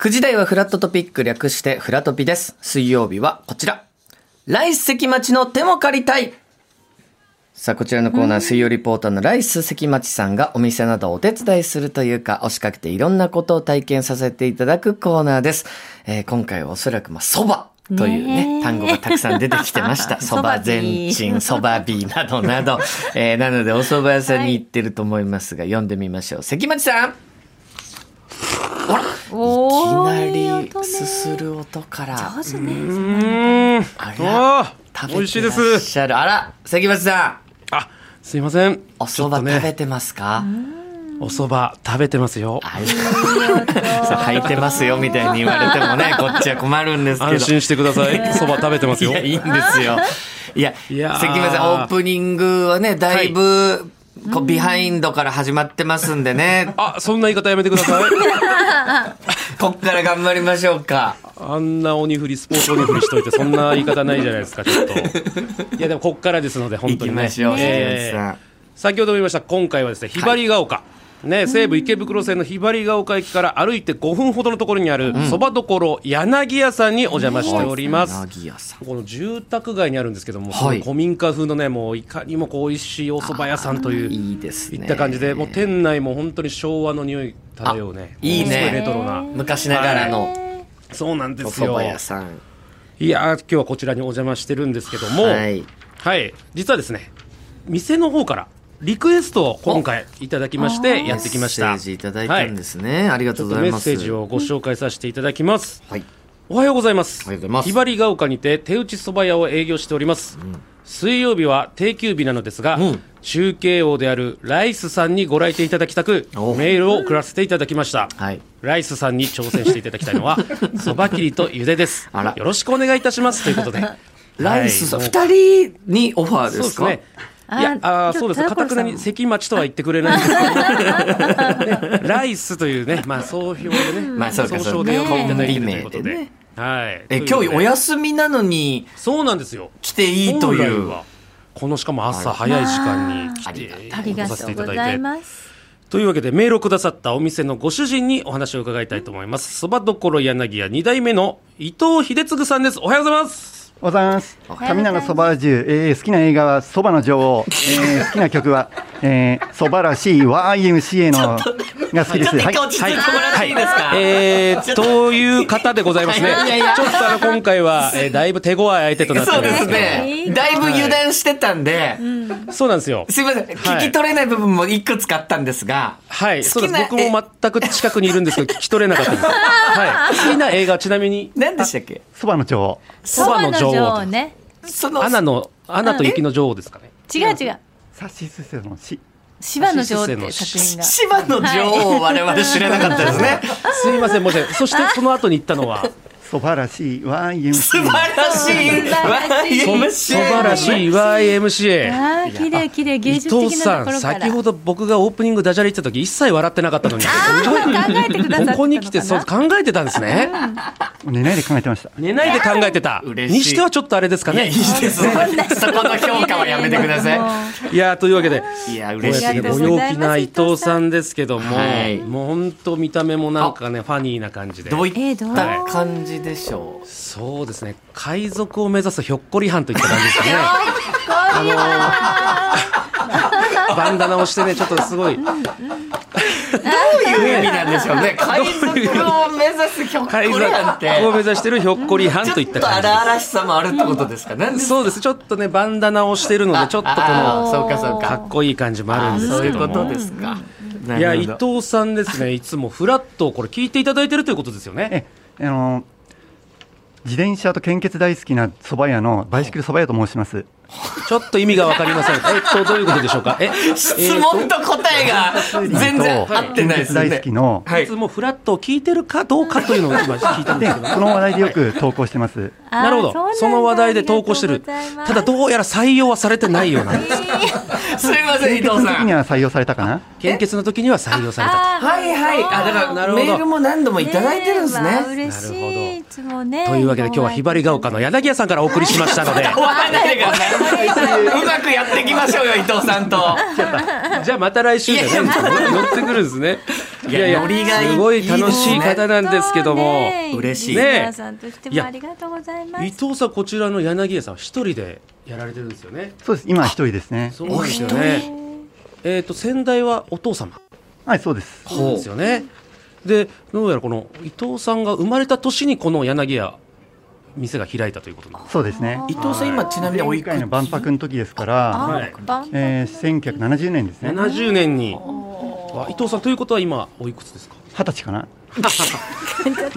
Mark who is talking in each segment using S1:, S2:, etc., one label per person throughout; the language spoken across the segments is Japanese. S1: 9時台はフラットトピック略してフラトピです。水曜日はこちら。来関町の手も借りたい。さあ、こちらのコーナー、水曜リポーターのライス関町さんがお店などお手伝いするというか、押しかけていろんなことを体験させていただくコーナーです。えー今回はおそらく、まあ、蕎麦というね、
S2: ねえ
S1: 単語がたくさん出てきてま した。蕎麦全人、蕎麦ビーなどなど。えーなので、お蕎麦屋さんに行ってると思いますが、読んでみましょう。関町さん
S2: お
S1: いき
S2: ー
S1: なり
S2: 音ね
S1: すする音から。
S2: 上手ね
S3: うん。
S1: あら、
S3: あ
S1: 食べ
S3: ー
S1: て
S3: 美味しいで
S1: らっ
S3: す。
S1: しゃるあら、関町さん、
S3: あ、すいません。
S1: お
S3: ちょ
S1: 蕎
S3: っと
S1: 麦食べ
S3: ね、
S1: てますか？
S3: お蕎麦食べてますよ。
S1: あら、そう履いてますよみたいに言われてもね、こっちは困るんですけ
S3: 安
S1: ど。
S3: 心してください。蕎麦食べてます
S1: い
S3: よ。
S1: やいいんですよ。いや、
S3: いやー
S1: 関町さんオープニングはね、だいぶこうビハインドから始まってますんで ね、
S3: あ、そんな言い方やめてください。
S1: こっから頑張りましょうか。
S3: あんな鬼振り、スポーツ鬼振りしといて、そんな言い方ないじゃないですか、ちょっと。いや、でもこっからですので、本
S1: 行
S3: 当
S1: き
S3: にね。
S1: ましょう、
S3: え
S1: 関町
S3: ー
S1: さん。
S3: 先ほども言いました今回はですねひばりが丘、ね、西武池袋線のひばりが丘駅から歩いて5分ほどのところにあるそばどころ柳屋さんにお邪魔しております。
S1: 柳屋さん。
S3: この住宅街にあるんですけども、
S1: はい
S3: 古民家風のね、もういかにもこう美味しいお蕎麦屋さんという、
S1: いいですね。
S3: いった感じで、もう店内も本当に昭和の匂い漂う
S1: あ
S3: ね、
S1: いいね
S3: すごレトロな、
S1: 昔ながらの
S3: そうなんで
S1: お
S3: す
S1: 蕎
S3: よ。
S1: 麦屋さん。
S3: いやー、今日はこちらにお邪魔してるんですけども、
S1: はい。
S3: はい、実はですね、店の方からリクエストを今回いただきましてやってきました。
S1: メッセージいただいたんですね。ありが
S3: ち
S1: と
S3: ょ
S1: う
S3: っ
S1: ご
S3: と
S1: ざ
S3: メ
S1: い
S3: ッ
S1: ます。
S3: セージをご紹介させていただきます。
S1: はい。
S3: おはようございます。
S1: おはようございます
S3: ひばりが丘にて手打ちそば屋を営業しております。水曜日は定休日なのですが、
S1: うん
S3: 中継王であるライスさんにご来店いただきたく、メ
S1: お
S3: ールを送らせていただきました。
S1: はい。
S3: ライスさんに挑戦していただきたい のは、そば切りと茹でです。
S1: あら
S3: よろしくお願いいたします。ということ で。
S1: ライスさん、
S3: はい
S1: 二人にオファー
S3: そ
S1: で
S3: うですす
S1: か
S3: ね。いや、
S2: あ
S3: あーそうですね。
S2: ちょっと
S3: かたくなに関町とは言ってくれないんですけど、ね、 ライスというね、まあ、総評でね、
S1: まあそうか
S3: 総
S1: そう
S3: 称
S1: か
S3: で呼んでいただいて
S1: コンビ
S3: ると
S1: 名
S3: いうこと
S1: で
S3: で
S1: ね。
S3: はい。
S1: え、
S3: とい
S1: 今日
S3: うことで
S1: お休みなのに
S3: そうなんですよ。
S1: 来ていいと
S3: 本来
S1: いう。
S3: はこのしかも朝早い時間に来て、
S2: ありがとうございます。
S3: というわけでメールをくださったお店のご主人にお話を伺いたいと思います。そばどころ柳屋2代目の伊藤秀次さんです。おはようございます。
S4: おはようございます。
S2: はようござ
S4: 神
S2: います
S4: 永そば十、えー好きな映画はそばの 女王、えー好きな曲は、えー、そばらしい YMCA のが好きです。
S1: 一
S4: は
S1: 回
S4: い。
S1: 落ち着いてもらっていいですか、
S3: えー、という方でございますね。
S1: いやいや
S3: ちょっとあの、今回は、えーだいぶ手強い相手となって
S1: そ
S3: お
S1: う
S3: り
S1: で
S3: ますすけ
S1: ね。だいぶ油断してたんで、
S3: ど。そうなんですよ。
S1: すいません。聞き取れない部分も一個使ったんですが、
S3: はい。
S1: 好
S3: そう
S1: き
S3: で
S1: な
S3: す。僕も全く近くにいるんですけど、聞き取れなかった です。はい。好きな映画、ちなみに、
S1: 何でしたっけ
S4: そばの女王。
S2: そばの女王ね。
S1: その、
S3: アナの、アナと雪の女王ですかね。
S2: 違う違う。
S4: サシスセの死。
S2: 芝の女王って作品が。
S1: 芝の女王を我々知らなかったですね。
S3: すいません、申し訳ない。そして、その後に行ったの は、
S4: そばらしい YMCA。
S1: 素晴らし い。
S3: そ
S2: 素
S3: 素晴らしい YMCA。
S2: ああ、綺麗綺麗芸
S3: 伊
S2: 術的
S3: 藤
S2: な
S3: さ
S2: とこ
S3: ん、
S2: ろから。
S3: 先ほど僕がオープニングダジャレ言った時、一切笑ってなかったのに。
S2: あ考えてくださったのかな
S3: ここに来て、そう、考えてたんですね。
S4: 寝ないで考えてました。
S3: 寝ないで考えてた。
S1: 嬉しい
S3: にしてはちょっとあれですか
S1: いや、い
S3: ね
S1: い。ですね。そこの評価はやめてくださ
S2: い。
S3: いやーというわけで、
S1: い。いや、
S3: こう
S1: 嬉
S3: やっ
S1: しい
S3: てね
S1: で
S3: ご
S1: す。
S3: 陽気な伊藤さんですけども、
S1: はい
S3: もう本当見た目もなんかね、ファニーな感じで。
S1: どうい
S2: え
S1: っ
S2: どう
S1: た感じでしょう。
S3: そうですね、海賊を目指すひょっこりはんといった感じですかね。あのーバンダナをしてね、ちょっとすごい、
S1: どういう意味なんでしょうね。海賊を目指す曲
S3: 海賊
S1: なんて。
S3: を目指してるひょっこりはんといっ
S1: ちょっ
S3: た
S1: と
S3: 感じ
S1: 荒々しさもあるってことですかね。
S3: です。そうです、ちょっとね、バンダナをしてるので、ちょっとこ
S1: あ
S3: の、
S1: ーそうかそう
S3: か
S1: か。
S3: っこいい感じもあるんです
S1: そうい
S3: け
S1: うこ
S3: ど
S1: と
S3: も
S1: で。すか。
S3: いや、
S1: なる
S3: 伊
S1: ほど
S3: 藤さんですね、いつもフラットをこれ聞いていただいてるということですよね。
S4: え、あの、自転車と献血大好きな蕎麦屋のバイシクル蕎麦屋と申します。
S3: ちょっと意味がわかりませ ん。えっと、どういうことでしょうか。え、
S1: 質問と答えが全然合ってないです
S4: 献血大
S1: ね
S4: 好き。の。
S1: はい
S3: いつもフラットを聞いてるかどうかというのを今聞いたんで
S4: で、
S3: す
S4: こ
S3: けど。
S4: の話題でよく投稿してます。
S3: なるほど。その話題で投稿してる。ただどうやら採用はされてないようなんです。
S1: すいませ ん、伊
S4: 献血の
S1: 藤さ
S4: 時
S1: ん
S4: に。は採用されたかな
S3: 献血の時には採用された
S1: はいはい。あ、だから、
S3: なるほど
S1: メールも何度もいただいてるんです
S2: わあ
S1: ね。
S2: 嬉し
S3: なるほど
S2: い。いつもね。
S3: と。というわけで今日はひばりが丘の柳屋さんからお送りしました ので、
S1: 終わらないでください。うまくやっていきましょうよ、伊藤さんと。
S3: じゃあまた来週だね。乗ってくるんですね。いやいや
S1: ノリがいい
S3: すごい楽しい方なんですけども、
S1: 嬉しい
S2: リスナーさんとして
S3: ね
S2: もありがとうございま
S3: 伊
S2: す。
S3: 藤さんこちらの柳家さんは一人でやられてるんですよね
S4: そうです。今は一人ですね。
S3: そうですよねえっ、と先代はお父様
S4: はい、そうです。
S1: ほう
S3: ですよねでどうやらこの伊藤さんが生まれた年にこの柳家店が開いたということなんです
S4: そうですね。
S1: 伊藤さん、今、ちなみにおいくつ
S4: 前回の万博の時ですから、
S3: は
S2: あ
S3: い、
S2: 万博
S4: えー、1970年ですね。二十
S3: 70年にわ伊藤さんということは今おいくつですか
S4: 歳かな。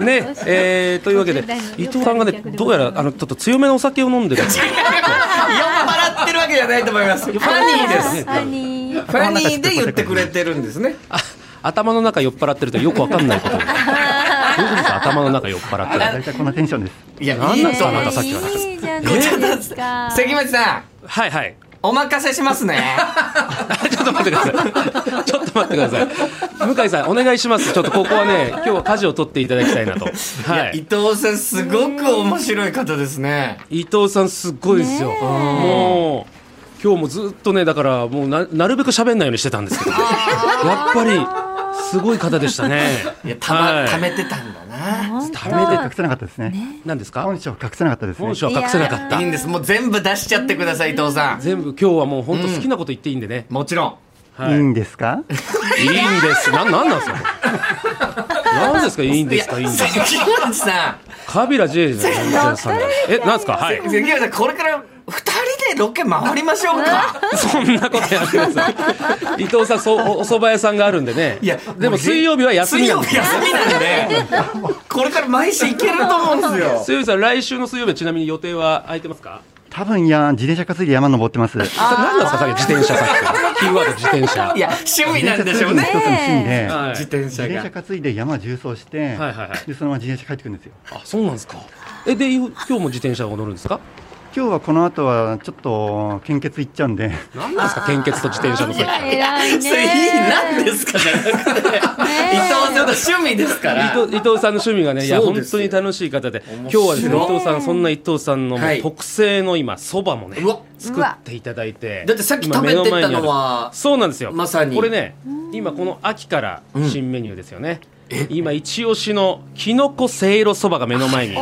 S3: ねえー、というわけで
S2: 50代の
S3: 伊藤さんがねどうやらあのちょっと強めのお酒を飲んでる
S1: 酔っ払ってるわけじゃないと思います。ファニーです。
S2: ハニー。
S1: ファニーで言ってくれてるんですね。
S3: あ頭の中酔っ払ってるとよくわかんないことどういうことですか頭の中酔っ払ってる
S4: 大体こんなテンションです。
S1: いや、
S3: なんなんすかあなたさっきから
S2: いいじゃないですか。
S1: 関町さん、
S3: はいはい
S1: お任せしますね。
S3: ちょっと待ってくだ さい。ちょっと待ってください。向井さん、お願いします。ちょっとここはね、今日は舵を取っていただきたいなと。は
S1: 伊
S3: い。
S1: 藤さん、すごく面白い方ですね。
S3: 伊藤さん、すっごいですよ。もう。今日もずっとね、だから、もうな、なるべく喋んないようにしてたんですけど。やっぱり、すごい方でしたね。
S1: いや、たま、
S3: はい
S1: ためてたんだな。
S2: 本当
S3: ダメで
S4: 隠せなかったですね。
S3: 何ですか
S4: 本。性隠せなかったですね
S3: 本。性は隠せなかった
S1: いい。んです。もう全部出しちゃってください、伊藤さん。
S3: 全部、今日はもう、本当好きなこと言っていいんでね。
S1: もちろん。
S3: はい
S4: いいんですか
S3: いいんです。なん、なんなんですか。なんですか、いいんですか、いいんですか。
S1: 関町さん、
S3: カビラ J じゃない皆さんがえ、なんですか。はい。
S1: 関町さん、これから二人でロケ回りましょうか。
S3: そんなことやってください。伊藤さん、そう、おお蕎麦屋さんがあるんでね。
S1: いや
S3: でも水曜日は休
S1: 水
S3: みな
S1: 曜
S3: んです
S1: 日
S3: よ。
S1: 休みなんで、これから毎週行けると思うんですよ。
S3: 水曜日さん、来週の水曜日はちなみに予定は空いてますか
S4: 多分いや、自転車担いで山登ってます。自
S3: 何なんですか、さっき自転車さっき。キーワード自転車。
S1: いや、趣味なんでしょう
S4: の一つ
S1: ね。
S4: の趣味で、
S3: はい
S1: 自転
S4: 自
S1: 車
S4: 転
S1: が。
S4: 車担いで山縦走して、
S3: はいはいはい
S4: でそのまま自転車帰ってくるんですよ。
S3: あ、そうなんですか。え、で、今日も自転車を乗るんですか
S4: 今日はこの後はちょっと献血行っちゃうんで、
S3: 何なんですか、献血と自転車のそれ。伊
S2: 偉いね。
S1: それいいなんですかじゃなくて、伊藤さんの趣味ですから。
S3: 藤伊藤さんの趣味がね、いや、
S1: そう
S3: 本
S1: です
S3: 当
S1: よ
S3: に楽しい方で、今日はですね、伊藤さん、そんな伊藤さんのもう
S1: はい
S3: 特製の今、そばもね
S1: うわ、
S3: 作っていただいて。
S1: だってさっき
S3: 今
S1: 食べて
S3: 目前
S1: た
S3: にある
S1: のは、
S3: そうなんですよ。
S1: まさに
S3: これね、今この秋から新メニューですよね。今一押しのきのこせいろそばが目の前に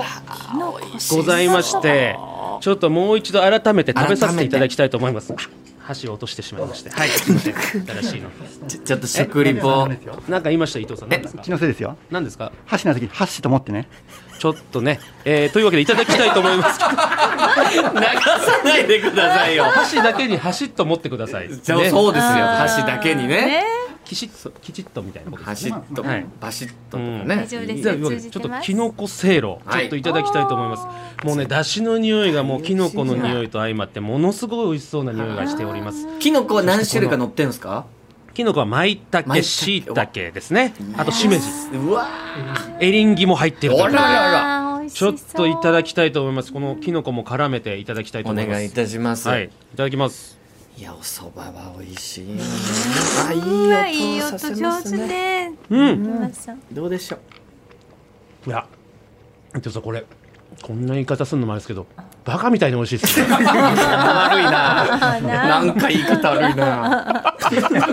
S3: ございまして、ちょっともう一度改めて食べさせていただきたいと思います。あ箸を落としてしまいまして、はい、すいません新しいの。
S1: ちょちょっと食リポ。
S3: なんか言いました伊藤さん、何ですか
S4: 気。のせいですよ。
S3: 何ですか。
S4: 箸の時に箸と思ってね。
S3: ちょっとね、えー、というわけでいただきたいと思い ますけ
S1: 流
S3: ど。
S1: さないでくださいよ。
S3: 箸だけに箸っと持ってください。ね、
S1: そうそうですよ、箸だけにね。
S2: ね。
S3: きちっと、きちっとみたいなことですね
S1: 箸と
S3: はい、
S1: バシッととか
S2: 大
S1: ね。
S2: 丈夫です
S3: じゃあ
S2: よ。
S3: ちょ
S2: 通
S3: っ
S2: じ
S3: と
S2: てます
S3: きのこせいろち
S1: はい
S3: ょっといただきたいと思います、もうねだしの匂いがもうきのこの匂いと相まってものすごい美味しそうな匂いがしております
S1: キノコは何種類か乗ってんすか
S3: きのこは舞茸
S1: 舞茸
S3: しいたけですねあとしめじ
S1: うわ
S3: エリンギも入ってるという
S1: あらら
S2: あー美味し
S3: ちょっといた
S2: だ
S3: だきたいと思いますこのきのこも絡めていただきたいと
S1: お
S3: 思います
S1: 願いいたします。
S3: は
S1: い
S3: いいただきます
S1: や、お蕎麦は美味しいよね。あ、い
S2: いわい
S1: い
S2: い
S1: 音
S2: 音
S1: させま
S2: 上
S1: す
S2: 手
S1: ね。
S2: ね。
S3: うん
S2: マツさん
S1: どうでしょう
S3: いや伊藤さんこれこんな言い方するのもあれですけどバカみたいに美味しいですね
S1: 悪いな。
S2: あな
S1: なんか言い方悪い な。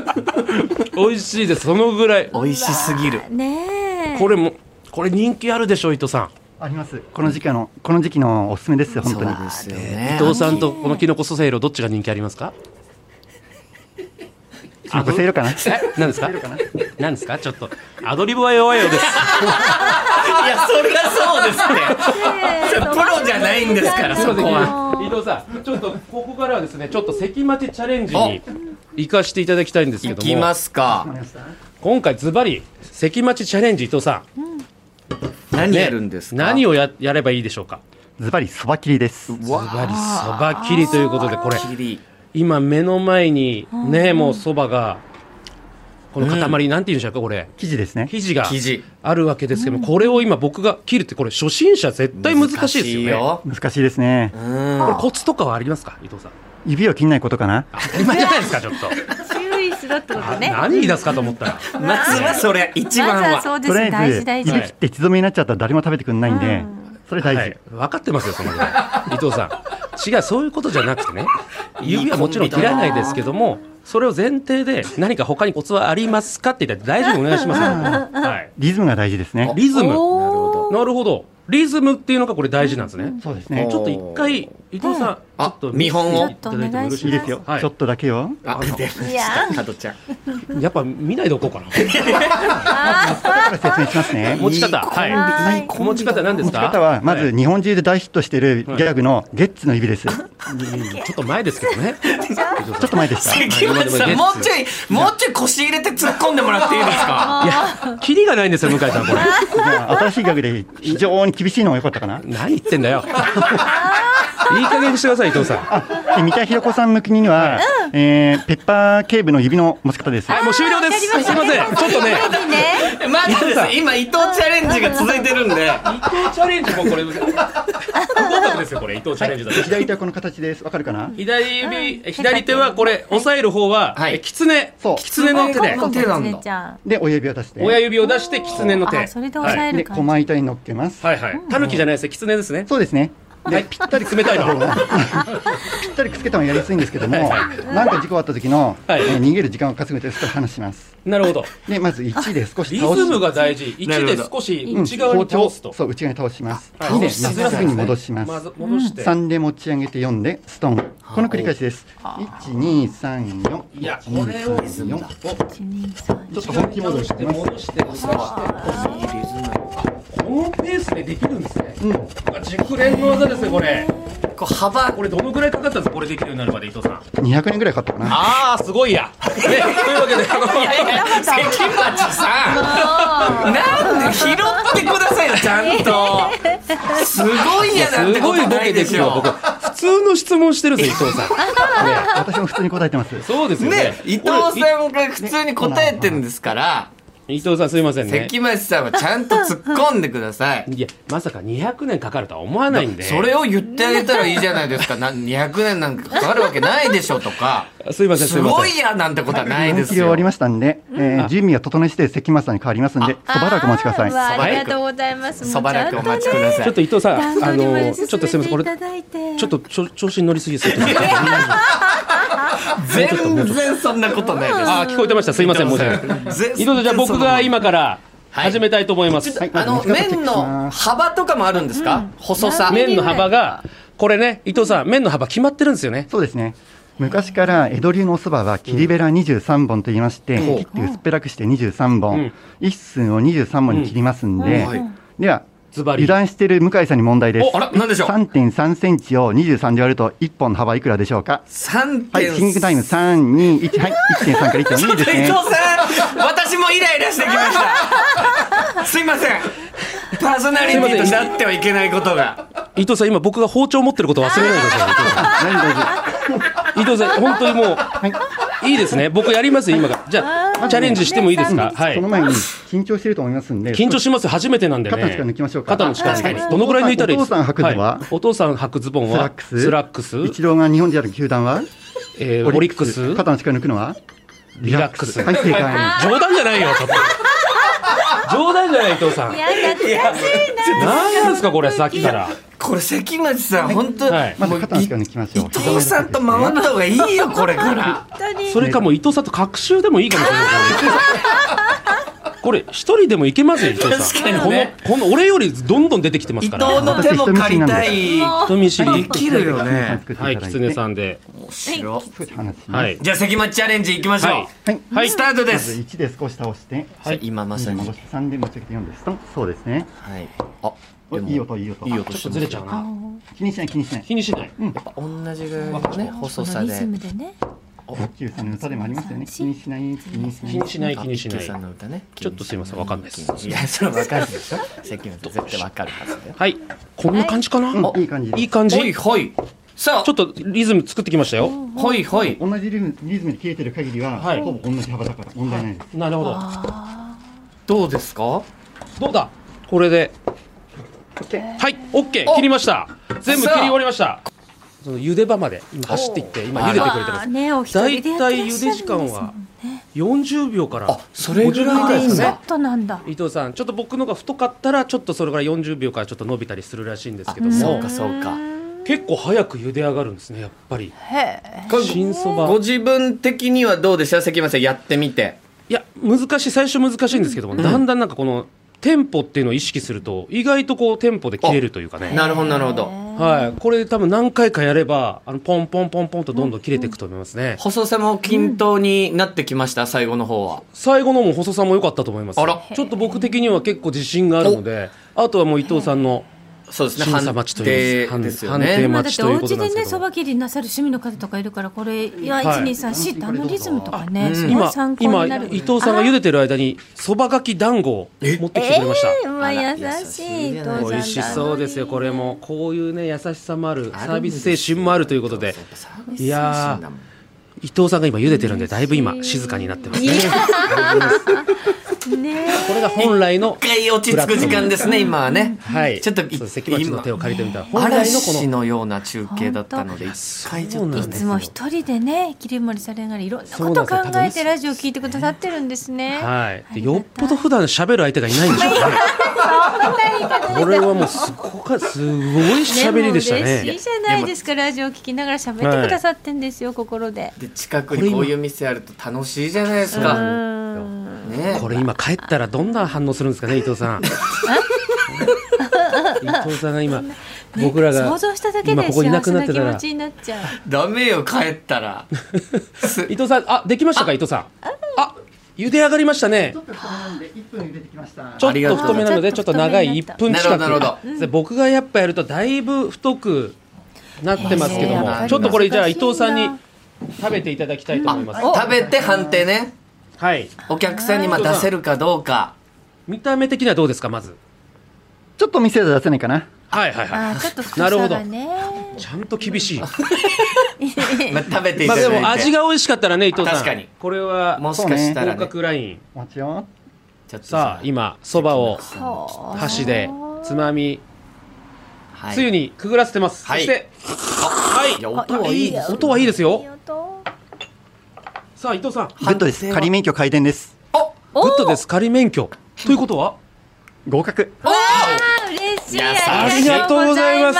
S3: 美味しいですそのぐらい
S1: 美味しすぎる。
S2: ねえ。
S3: これもこれ人気あるでしょ伊藤さん
S4: あります。この時期の、この時期のおすすめですよ、本当に。
S1: そうですよね。
S3: 伊藤さんとこのキノコソセイロどっちが人気ありますか？
S4: あ、ごせいろかな。
S3: え、何ですか？何ですか？ちょっとアドリブは弱いようです。
S1: いや、そりゃそうですね。
S2: れ
S1: プロじゃないんですから、そこは。
S3: 伊藤さん、ちょっとここからはですね、ちょっと関町チャレンジに行かしていただきたいんですけ
S1: 行
S3: ど
S1: き
S3: も、
S1: ますか。
S3: 今回ズバリ関町チャレンジ伊藤さん、
S1: 何
S3: ね
S1: やるんですか。
S3: 何
S1: を。
S3: をややればいいでしょうか？
S4: ズバリ、そば切りです。
S3: ズバリそば切りということでこれ
S1: 切り。
S3: 今目の前にねもうそばがこの塊、なんていうんでしょうかこれ。
S4: 生地ですね。
S3: 生地が
S1: 生地
S3: あるわけですけども、これを今僕が切るってこれ初心者絶対難しいですよね
S4: 難しいですね。
S3: これコツとかはありますか伊藤さん
S4: 指を切んないことかな。
S3: 当たり前じゃないですかちょっと、
S2: 注意しろってことね。
S3: 何言い出すかと思ったら
S1: まずはそれ、一
S2: ま
S1: 番
S2: ずは
S1: は。
S2: そうで
S4: と
S2: す
S4: りあ
S2: ね。大
S4: え
S2: 事
S4: ず、
S2: 大
S4: 指
S2: 事。
S4: 切って血染めになっちゃったら誰も食べてくれないんで、それ大事。
S3: はい、分かってますよそのぐらい伊藤さん違うそういうことじゃなくてね指はもちろん切らないですけどもそれを前提で何か他にコツはありますかって言ったら大丈夫お願いしますよ、はい、
S4: リズムが大事ですね。
S3: リズム
S2: おー
S3: なるほどリズムっていうのがこれ大事なんですね、
S4: そうです
S1: ね
S4: ね。
S3: ちょっと一回伊藤さん、
S1: あ
S3: ちょっと
S1: 見本を
S3: 見せていただいてもよろし
S4: い
S3: い
S4: い
S3: で
S4: ですす
S3: よ
S4: よ、
S3: はい
S4: ちょっとだけよ。
S1: あ、出ました
S2: いやー
S1: 加トちゃ ん。
S3: やっぱ見ないでおこうかな
S4: 説明しますね。
S3: 持ち方はいい持ち方何です
S4: 持ち
S3: か
S4: 方は、まず
S3: い
S4: 日本中で大ヒットしてるギャグのゲッツの指です。ち
S3: ちょっと前ですけどね
S4: ょっと前でした。
S1: 関町さん、もうちょい、もうちょい腰入れて突っ込んでもらっていいですか
S3: いやキリがないんですよ向井さんこれ
S4: じゃあ新しいギャグで非常に厳しいのが良かったかな。
S3: 何言ってんだよいい加減にしてください伊藤さんは
S4: で三田寛子さん向きには、えーペッパー警部の指の持ち方です。
S3: いもう終了ですすいませんちょっとね
S2: いいね。
S1: まだです。今、伊藤チャレンジが続いてるんで。
S3: 伊藤チャレンジもこれ不合格ですよこれ伊藤チャレンジだと
S4: 左手はこの形です。わかるかな
S3: 左指、え左手はこれ押さえる方は、
S1: はい
S3: え狐
S4: そう
S3: 狐の手で
S1: この手なんだ
S2: ねちゃん。
S4: で、親指を出して。
S3: 親指を出して狐の手
S2: あそれで押さえ
S4: で、
S2: る感じ。
S4: 駒板に乗っけます。
S3: はいはいタヌキじゃないですね狐ですね
S4: そうですね。で、
S3: はいぴったり冷たいのは
S4: ぴったりくっつけたのやりやすいんですけども、なんか事故あった時の、
S3: はい
S4: えー逃げる時間を稼ぐという人を話します。
S3: いなるほど
S4: で、まず1で少し
S3: リ
S4: 倒し
S3: ズムが大事
S1: なるほ
S3: 1で
S1: ど
S3: 少し
S4: うん
S3: 内側に倒すと、
S4: そう、内側に倒します。
S3: はい
S4: 2で、まっ
S1: 倒し
S4: すぐに戻しま。
S3: ますず戻して、
S4: 3で持ち上げて4でストン。この繰り返しです。1、2、3、4。
S3: いや
S4: 1 2
S3: これを
S4: 3 4ち
S2: 一二三
S4: ょっと本気戻りしてます。
S3: 戻して戻してこのペースでできるんですね、うわ熟練の技ですねこれ
S1: こう、幅
S3: こ、れどのぐらいかかったんですかこれできるようになるまで伊藤さん
S4: 200年ぐらいかかったかな。
S3: ああすごいや、 ね、というわけであの
S1: 関町さん。なんで拾ってくださいよ、ちゃんと。すごいやなんて
S3: す
S1: こ
S3: ご
S1: と
S3: いボ
S1: ない
S3: ケ
S1: で
S3: ですすよ、僕。
S1: よ。
S3: 普通の質問してるぜ、伊藤さん。ね
S4: 私も普通に答えてます。
S3: そうですよね
S1: ね。、伊藤さんが普通に答えてんですから、
S3: 俺伊藤さん、すいませんね。
S1: 関町さんはちゃんと突っ込んでください。
S3: いや、まさか200年かかるとは思わないんで。
S1: それを言ってあげたらいいじゃないですか。な200年なんかかかるわけないでしょとか。
S3: すいません、す
S1: す
S3: いま
S1: ご
S3: せん。
S1: いやなんてことはないで
S4: 本気
S1: す
S4: で終
S1: よ
S4: わり。ましたんで、えー準備が整いして関松さんに変わりますんで、しばらくお待ちください。
S2: あーうわ
S1: ば
S2: あ
S1: らく
S2: りがとうございます。
S1: そばらくお待ちく
S2: い。
S1: ださい。
S3: ちょっと伊藤さん、あ
S2: 段取りま
S3: の、
S2: で
S3: ちょっとす
S2: 進
S3: みません、
S2: めて
S3: こ
S2: い
S3: れ、
S2: ただいて。
S3: ちょっとちょ調子に乗りすぎです。
S1: 全然そんなことないです。
S3: ああ、聞こえてました。すいません、申し訳ない。
S1: 全
S3: 伊藤さん、じゃあ僕が今から
S1: はい
S3: 始めたいと思いま
S1: ち
S3: す。
S1: ょっとあの麺の幅とかもあるんですか？細さ。
S3: 麺の幅が、これね、伊藤さん、麺の幅決まってるんですよね。
S4: そうですね。昔から江戸流のおそばは切りべら23本と言いまして、
S1: うん
S4: 切って薄っぺらくして23
S3: う
S4: 本
S3: ん、
S4: 一寸を23本に切りますんで、
S1: うんはい
S4: では、
S3: ズバリ
S4: 油断してる向井さんに問題です
S1: お、。あらなんでしょう？
S4: 3.3センチを23で割ると1本の幅いくらでしょうか
S1: 三
S4: はい、
S1: 点。
S4: シンキングタイム3、2、1、はい、1.3から1.2です
S1: 伊
S4: ね
S1: 藤。さん、私もイライラしてきました。すいません。パーソナリティとなってはいけないことが。
S3: 伊藤さん、今僕が包丁持ってること忘れないでください。伊藤さん
S4: 大丈夫大丈
S3: 伊藤さん、本当にもう、いいですね。僕やりますよ、今が。じゃあ、チャレンジしてもいいですか
S4: 夫
S3: はい
S4: そ。の前に緊張してると思いますんで、
S3: 緊張しますよ初めてなんでね。
S4: 肩の力抜きましょうか
S3: 肩の力抜き
S4: 確かに
S3: どのぐらい抜いたらいいですか
S4: お父さん履くのはい
S3: お父さん履くズボンは
S4: スラックス
S3: スラックス
S4: 一郎が日本人である球団は
S3: えーオリックス
S4: 肩の力抜くのは
S3: リラックス。
S4: はい、正解。
S3: 冗談じゃないよ、ちょっと。冗談じゃない、伊藤さん
S2: い。や懐かしいな。
S3: 何なんですか、これ、さっきから。
S1: これ関町さん本当
S3: はい
S4: まず肩の
S1: 伊
S4: 力抜きましょう。
S1: 藤さんと回った方がいいよこれ から。
S2: 本当に。
S3: それかもう伊藤さんと隔週でもいいかもしれないですね。これ、一人でもいけますよ、伊藤さん。
S1: 確かにね
S3: この、この、俺よりどんどん出てきてま
S1: 伊
S3: す
S1: 藤
S3: から。
S1: の手も借りたい。
S3: 人見知
S1: で
S3: り。
S1: きるよね。
S3: はい、キツネさんで。
S1: 白
S4: 話します
S3: はい。
S1: じゃあ関町チャレンジいきましょう、
S3: はい
S4: はい。
S3: はい
S1: スタートで
S4: まず
S1: す、
S4: 1で少し倒して、
S1: はい、今まさに、
S4: 戻して3で持ち上げて4です。そうですね。
S1: はい、あでも
S4: いい音、いい音。
S1: いい音
S3: ちょっとずれちゃうな。
S4: 気にしない、気にしない。
S3: 気にしない。
S1: やっぱ同じぐらいのね細さ
S2: リズ
S1: で
S2: ムでね。
S4: 卓球さんの歌でもありますよね。気にしない、気にしない
S3: 気。にしない、気にし
S1: あ一
S3: な
S1: 休
S3: い
S1: さ。んの歌ね
S3: ちょっとすいませんわかんないです
S1: いやそれわかるでしょ関町絶対わかるはずだよ
S3: はい。こんな感じかな、
S4: うんいい感じです
S3: いい感じ。
S1: ほい
S3: ち
S1: ほいさあ
S3: ょっとリズム作ってきましたよ。
S1: ほいほい
S4: 同じリズムリズムで切れてる限りは、
S3: はい
S4: ほぼ同じ幅だから問題ないです。
S3: なるほど。
S1: どうですか
S3: どうだこれで。はい、オッケー切りました。全部切り終わりました。その茹で場まで今走っていって、今茹でてくれてま
S2: あー
S3: す。
S2: ねお一
S3: 大
S2: 人でやってらっしゃ
S3: 体
S2: るんで
S3: 茹
S2: す
S3: で時間は40秒から
S1: それぐらいでいいん
S2: ちょ
S1: だ
S2: っとなんだ。
S3: 伊藤さん、ちょっと僕のが太かったら、ちょっとそれから40秒からちょっと伸びたりするらしいんですけど
S1: そ
S3: も
S1: うか、そうか
S3: 結構早く茹で上がるんですねやっぱり
S2: へ
S1: これ
S3: 新そば
S1: ご自分的にはどうでした関町さんやってみて
S3: いや難しい最初難しいんですけども、だんだんなんかこのテンポっていうのを意識すると意外とこうテンポで切れるというかね
S1: なるほどなるほど
S3: はいこれ多分何回かやればあのポンポンポンポンとどんどん切れていくと思いますね、
S1: 細さも均等になってきました最後の方は
S3: 最後のも細さも良かったと思います
S1: あら
S3: ちょっと僕的には結構自信があるのであとはもう伊藤さんの
S1: そうですね
S3: 審査
S1: 判
S3: 待ちとい
S1: 定
S3: います
S1: ですよ
S3: 判定
S1: ね
S3: ま
S2: 今
S3: あ
S2: だって
S3: とい
S2: お
S3: うこと
S2: 家
S3: なんです
S2: で
S3: け
S2: ね
S3: ど
S2: そば切りなさる趣味の方とかいるからこれいや
S3: はい
S2: 1234ってあのリズムとかねすごい
S3: 今
S2: 参考
S3: 今
S2: になる
S3: 伊藤さんが茹でてる間にそばがき団子を持ってきてくれました、
S2: えーまあ優しい伊藤さんだ
S3: 美味しそうですよこれもこういうね優しさもあるサービス精神もあるということでいやー伊藤さんが今茹でてるんでだいぶ今静かになってますね
S2: ね
S3: これが本来の
S1: 一回落ち着く時間ですね今はね
S3: はい
S1: ちょっと
S3: そう関町の手を借りてみたら本来のこ
S1: 嵐
S3: の
S1: のような中継だったので一回ちょっと
S3: そう
S2: い
S3: なんです
S2: つ
S3: よ
S2: も一人でね切り盛りされながらいろんなこと考えてラジオ聞いてくださってるんですね
S3: はいでよっぽど普段喋る相手がいないんでしょうね これはもうすごかすごい喋りでした
S2: ねもう嬉し
S3: ね
S2: いじゃないですかラジオ聞きながら喋ってくださってんですよ、心で
S1: で近くにこういう店あると楽しいじゃないです
S2: う
S1: か
S2: ん
S1: ね
S3: これ今帰ったらどんな反応するんです かね伊藤さん伊藤さんが今僕らが
S2: 想像しただけ
S3: 今
S2: で
S3: ここにいな
S2: 幸
S3: く
S2: せ
S3: なっ
S2: な
S3: て
S2: 気
S3: た
S2: 持
S3: ら
S2: ちになっちゃう
S1: ダメよ帰ったらす
S3: 伊藤さんあできましたか伊藤さんあ茹で上がりましたねちょっ
S1: ありがと
S3: と
S1: うござ
S3: 太め
S1: います
S3: なのでちょっと長い1分近く
S1: なるほどなるほ
S3: で僕がやっぱやるとだいぶ太くなってますけど
S1: え
S3: も、
S1: ー
S3: ちょっとこれじゃあ
S2: 難し
S3: 伊
S2: いな
S3: 藤さんに食べていただきたいと思います、
S1: 食べて判定ね
S3: はい
S1: お客さんにまあ出せるかどうか
S3: 見た目的にはどうですかまず
S4: ちょっと店では出せないかな。
S3: はいはいはい
S2: あーちょっと太
S3: なるほ
S2: さ
S3: ど
S2: がね
S3: ちゃんと厳しい
S1: まあ食べてい
S3: ま
S1: た
S3: あ
S1: だいて
S3: でも味が美味しかったらね伊藤さん
S1: 確かに
S3: これは
S1: もしかしたら
S3: 合
S1: ね
S3: 格ライン
S4: もちろん。
S1: ちょっと
S3: さあ今そばを
S2: はあ
S3: 箸でつまみ
S1: はい
S3: つゆにくぐらせてます、
S1: はい
S3: そして
S1: はいや音はいい
S2: いいよ
S3: 音はいいですよ
S2: いい音
S3: さあ伊藤さんグ
S4: グッドです。仮免許回転です。
S3: ッドです仮免許ということは
S4: 合格。
S2: あ嬉し
S1: 優しい
S2: いありがとうございま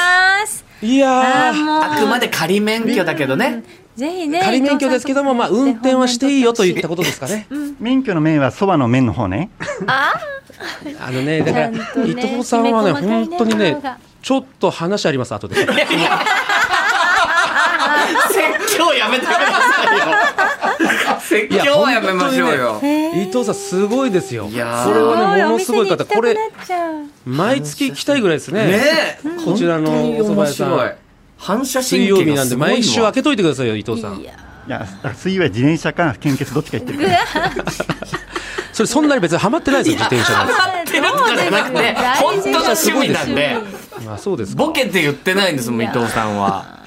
S2: す
S3: い
S2: あ
S3: や
S2: ー
S3: ー
S2: もう
S1: あくまで仮免許だけどね
S2: ぜひね
S3: 仮免許ですけどもまあ運転はしていいよと言ったことですかね
S4: 免許の面はそばの面の方ね。
S3: あのねだから
S2: ちゃんとね
S3: 伊藤さんはね
S2: きめ細かいね
S3: 本当に
S2: 顔
S3: ね
S2: が
S3: ちょっと話あります後 で
S1: 説教やめてくださいよ説教はやめましょうよ、
S3: 伊藤さんすごいですよこ
S1: い
S3: れ
S1: やー
S3: はねものすごい方
S2: こ
S3: これ
S2: れ
S3: 毎月来たいぐらいですね
S1: ねえ
S3: こちらのお蕎麦屋さん
S1: 本当に面白い反射
S3: 水
S1: 神
S3: 曜
S1: 経
S3: 日な
S1: が
S3: ん
S1: す
S3: で
S1: ごい
S3: 毎週
S1: わ
S3: 開けといてくださいよ伊藤さん
S2: いや
S4: いや、水曜は自転車か献血どっちか言ってるから。
S3: それそんなに別にハマってないですよ自転車なん
S1: 当たってるとかじゃなくて
S2: そう
S1: 本
S2: です
S1: 当
S2: よ
S1: の趣味なんで
S3: てあそうですか
S1: ボケて言ってないんですもん伊藤さん は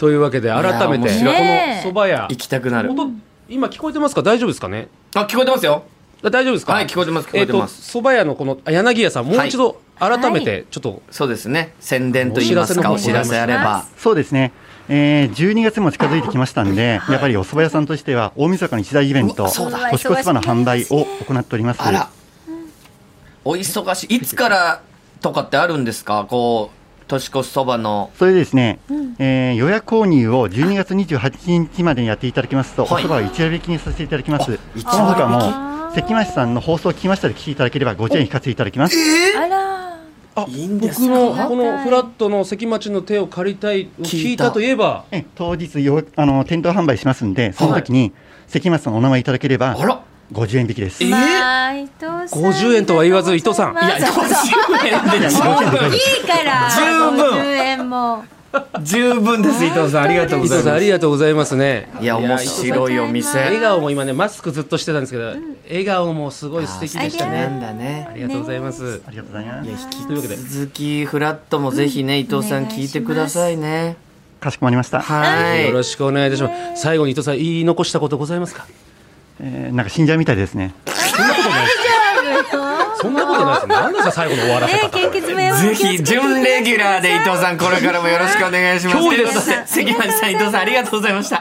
S3: というわけで改めて
S1: い
S3: こ
S1: や
S3: の
S2: 面白い
S3: 蕎麦屋
S1: 行きたくなる
S3: 音今聞こえてますか大丈夫ですかね
S1: あ聞こえてますよ
S3: あ大丈夫ですか
S1: はい聞こえてます聞こえてます
S3: えっと蕎麦屋のこのあ柳屋さんもう一度改め
S2: は
S3: てちょっと
S1: そうですね宣伝と言いますか
S3: お
S1: お
S3: 知
S1: 知
S3: ら
S1: ら
S3: せ
S1: せ
S3: の
S1: あれば
S4: そうですね。えー、12月も近づいてきましたんで、やっぱりお蕎麦屋さんとしては大晦日の一大イベン
S1: う
S4: ト、
S1: わそうだ
S4: 年越しそばの販売を行っております。
S1: あらお忙しいいつからとかってあるんですかこう年越しそばの
S4: それでですね、えー予約購入を12月28日までにやっていただきますと、
S1: はい
S4: おそばを一割引きにさせていただきます。
S1: 一割引き
S4: その他も、関町さんの放送を聞きましたら聞いていただければご注意引かせていただきます。
S2: あら
S3: あ
S1: いいんですか
S3: 僕のこのフラットの関町の手を借りたいを聞い
S1: 聞い
S3: た
S1: た
S3: といえば
S4: え当日よあの、店頭販売しますんで、その時に関町さんのお名前いただければ
S1: あ、ら
S4: 50円引きです。
S1: え
S2: まあ伊藤さん
S3: 50円とは言わず伊藤さん
S2: ありがとうございます
S1: 50円で十分
S2: いいから
S1: 十分
S2: 50円も
S1: 十分です伊藤さんありがとうご
S3: 伊
S1: ざい
S3: 藤さん
S1: ま
S3: ありがとうございますね
S1: すいや面白いお
S3: 笑
S1: 店
S3: 顔も今ねマスクずっとしてたんですけど笑顔もすごい素敵でした
S1: な
S3: ね
S1: んだね
S3: ありがとうございます
S4: ありがとうございます。
S3: というわけで
S1: 続きフラットもぜひね伊藤さん聞いてくださいね
S4: かしこまりました。
S1: はい
S3: よろしくお願いいたします。最後に伊藤さん言い残したことございますか。
S4: えーなんか死んじゃうみたいですね。
S3: そんなことないです。なんですか最後の終わらせ
S2: ね
S3: 方。
S2: 献血もや
S1: ぜひ準レギュラーで伊藤さんこれからもよろしくお願いします。
S3: 今日
S1: とい
S3: で
S1: うこ
S3: す
S1: とで関町さん伊藤さんありがとうございました。